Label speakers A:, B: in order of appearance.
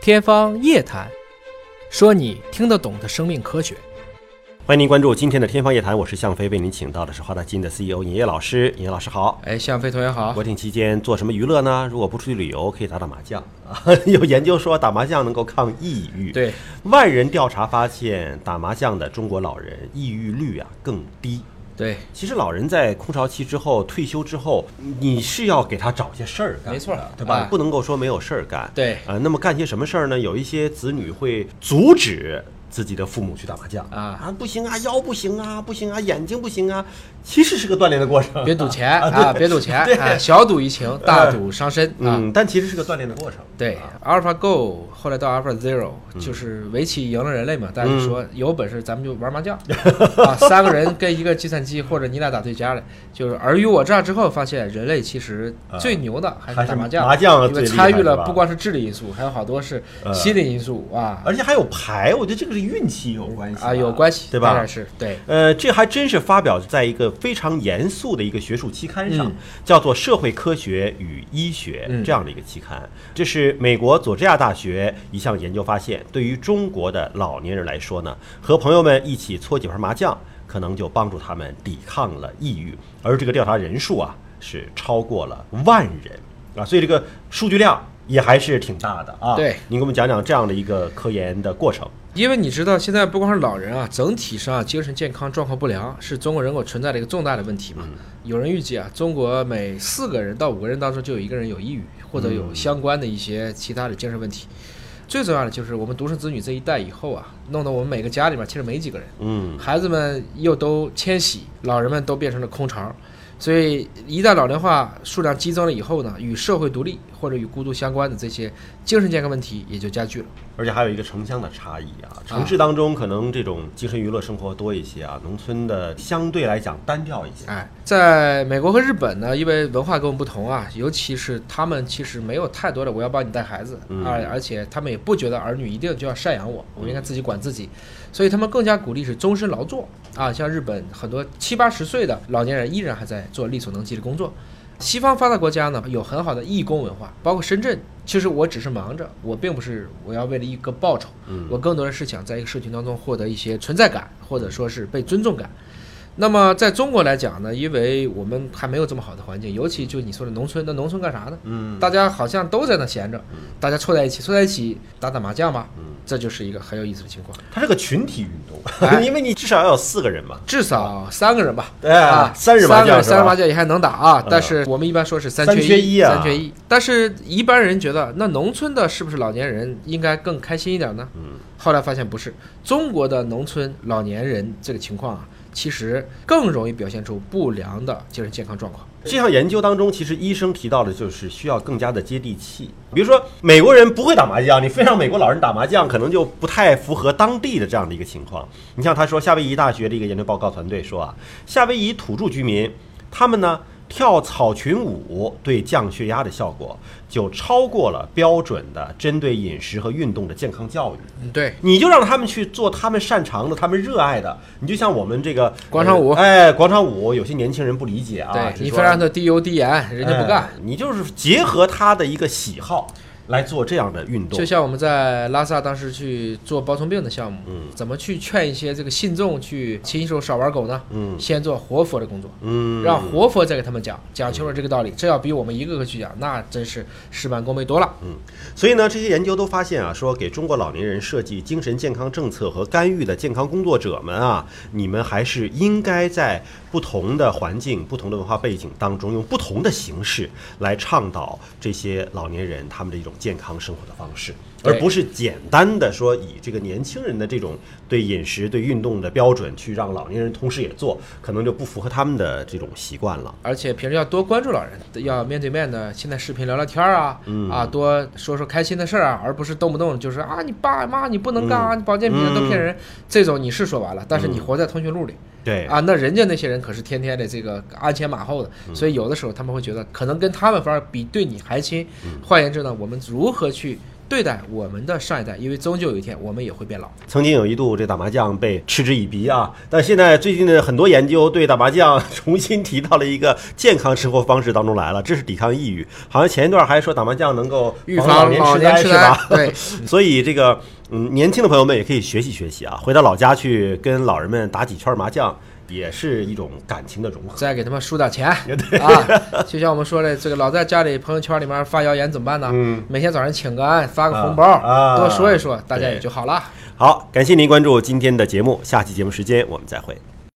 A: 天方夜谭，说你听得懂的生命科学。
B: 欢迎您关注今天的《天方夜谭》，我是向飞，为您请到的是华大基因的 CEO 尹烨老师。尹烨老师好。
A: 哎，向飞同学好
B: 国，庆期间做什么娱乐呢？如果不出去旅游，可以打打麻将 啊。有研究说打麻将能够抗抑郁。，
A: 对，
B: 万人调查发现，打麻将的中国老人抑郁率啊更低。
A: 对，
B: 其实老人在空巢期之后、退休之后，你是要给他找些事儿干的，
A: 没错
B: 对吧？
A: 哎
B: 不能够说没有事儿干。
A: 对
B: 啊、那么干些什么事儿呢？有一些子女会阻止自己的父母去打麻将
A: 啊
B: 不行啊，腰不行啊，不行啊，眼睛不行啊，其实是个锻炼的过程。
A: 别赌钱啊，别赌钱啊，小赌怡情，大赌伤身啊。
B: 嗯嗯，但其实是个锻炼的过程。
A: 对，AlphaGo 后来到 AlphaZero，就是
B: 嗯
A: 围棋赢了人类嘛，大家就说有本事咱们就玩 麻将啊，三个人跟一个计算机或者你俩打对家了，就是尔虞我诈之后，发现人类其实最牛的还
B: 啊还
A: 是
B: 是
A: 打麻将，
B: 麻将
A: 因为
B: 最厉害
A: 参与
B: 是
A: 了
B: 吧嗯
A: 不光是智力因素，还有好多是心理因素啊
B: 而且还有牌，我觉得这个是运气有关系
A: 啊有关系，
B: 对吧？
A: 当然是对，
B: 呃，这还真是发表在一个非常严肃的一个学术期刊上，
A: 嗯
B: 叫做《社会科学与医学》
A: 嗯
B: 这样的一个期刊。这是美国佐治亚大学一项研究发现，对于中国的老年人来说呢，和朋友们一起搓几盘麻将，可能就帮助他们抵抗了抑郁。而这个调查人数啊，是超过了万人啊，所以这个数据量也还是挺大的啊。
A: 对
B: 您给我们讲讲这样的一个科研的过程。
A: 因为你知道，现在不光是老人啊，整体上、精神健康状况不良是中国人口存在的一个重大的问题
B: 嗯
A: 嘛。有人预计啊，中国每四个人到五个人当中就有一个人有抑郁，或者
B: 嗯
A: 有相关的一些其他的精神问题。最重要的就是我们独生子女这一代以后啊，弄得我们每个家里面其实没几个人，
B: 嗯，
A: 孩子们又都迁徙，老人们都变成了空巢，所以一旦老龄化数量激增了以后呢，与社会独立或者与孤独相关的这些精神健康问题也就加剧了。
B: 而且还有一个城乡的差异啊，城市当中可能这种精神娱乐生活多一些啊，农村的相对来讲单调一些。
A: 哎，在美国和日本呢，因为文化跟我们不同啊，尤其是他们其实没有太多的我要帮你带孩子，
B: 嗯
A: 而、而且他们也不觉得儿女一定就要赡养我，我应该自己管自己，所以他们更加鼓励是终身劳作啊。像日本很多七八十岁的老年人依然还在做力所能及的工作。西方发达国家呢，有很好的义工文化，包括深圳。其实我只是忙着，我并不是我要为了一个报酬，
B: 嗯
A: 我更多的是想在一个社群当中获得一些存在感，或者说是被尊重感。那么在中国来讲呢，因为我们还没有这么好的环境，尤其就你说的农村，那农村干啥呢？
B: 嗯，
A: 大家好像都在那闲着，大家凑在一起，凑在一起打打麻将吧，这就是一个很有意思的情况。
B: 它是个群体运动，
A: 哎
B: 因为你至少要有四个人嘛。
A: 至少三个人吧，
B: 哎
A: 啊，
B: 三人麻
A: 三
B: 将
A: 个人
B: 是吧
A: 三人麻将也还能打啊
B: 嗯，
A: 但是我们一般说是三
B: 三缺
A: 一，
B: 一啊
A: 三缺一。但是一般人觉得，那农村的是不是老年人应该更开心一点呢？
B: 嗯，
A: 后来发现不是，中国的农村老年人这个情况啊，其实更容易表现出不良的精神健康状况。
B: 这项研究当中，其实医生提到的就是需要更加的接地气。比如说，美国人不会打麻将，你非让美国老人打麻将，可能就不太符合当地的这样的一个情况。你像他说，夏威夷大学的一个研究报告团队说啊，夏威夷土著居民他们呢跳草裙舞对降血压的效果就超过了标准的针对饮食和运动的健康教育。
A: 嗯，对，
B: 你就让他们去做他们擅长的、他们热爱的。你就像我们这个
A: 广场舞
B: 呃哎，广场舞，有些年轻人不理解啊，
A: 对
B: 只
A: 你
B: 说
A: 非让他低油低盐，人家不干
B: 哎。你就是结合他的一个喜好来做这样的运动
A: 就。像我们在拉萨当时去做包虫病的项目，
B: 嗯
A: 怎么去劝一些这个信众去禽兽少玩狗呢？
B: 嗯
A: 先做活佛的工作，
B: 嗯，
A: 让活佛再给他们讲，讲清楚这个道理。这要比我们一个个去讲，那真是事半功倍多了。
B: 所以呢，这些研究都发现啊，说给中国老年人设计精神健康政策和干预的健康工作者们啊，你们还是应该在不同的环境、不同的文化背景当中，用不同的形式来倡导这些老年人他们的一种健康生活的方式，
A: 对
B: 而不是简单的说以这个年轻人的这种对饮食、对运动的标准去让老年人同时也做，可能就不符合他们的这种习惯了。
A: 而且平时要多关注老人，要面对面的，现在视频聊聊天儿啊，啊，多说说开心的事儿啊，而不是动不动就是啊，你爸妈你不能干啊，你保健品啊都骗人，这种你是说完了，但是你活在通讯录里，
B: 对，
A: 啊，那人家那些人可是天天的这个鞍前马后的，所以有的时候他们会觉得，可能跟他们反而比对你还亲。换言之呢，我们如何去对待我们的上一代，因为终究有一天我们也会变老。
B: 曾经有一度这打麻将被嗤之以鼻啊，但现在最近的很多研究对打麻将重新提到了一个健康生活方式当中来了，这是抵抗抑郁。好像前一段还说打麻将能够
A: 预
B: 防
A: 防
B: 年
A: 老年
B: 呆
A: 痴
B: 是
A: 呆
B: 吧？
A: 对
B: 所以这个嗯，年轻的朋友们也可以学习学习啊，回到老家去跟老人们打几圈麻将，也是一种感情的融合。
A: 再给他们输点钱啊！就像我们说的，这个老在家里朋友圈里面发谣言怎么办呢？
B: 嗯
A: 每天早上请个安，发个红包，
B: 啊啊
A: 多说一说，大家
B: 对
A: 也就好了。
B: 好，感谢您关注今天的节目，下期节目时间我们再会。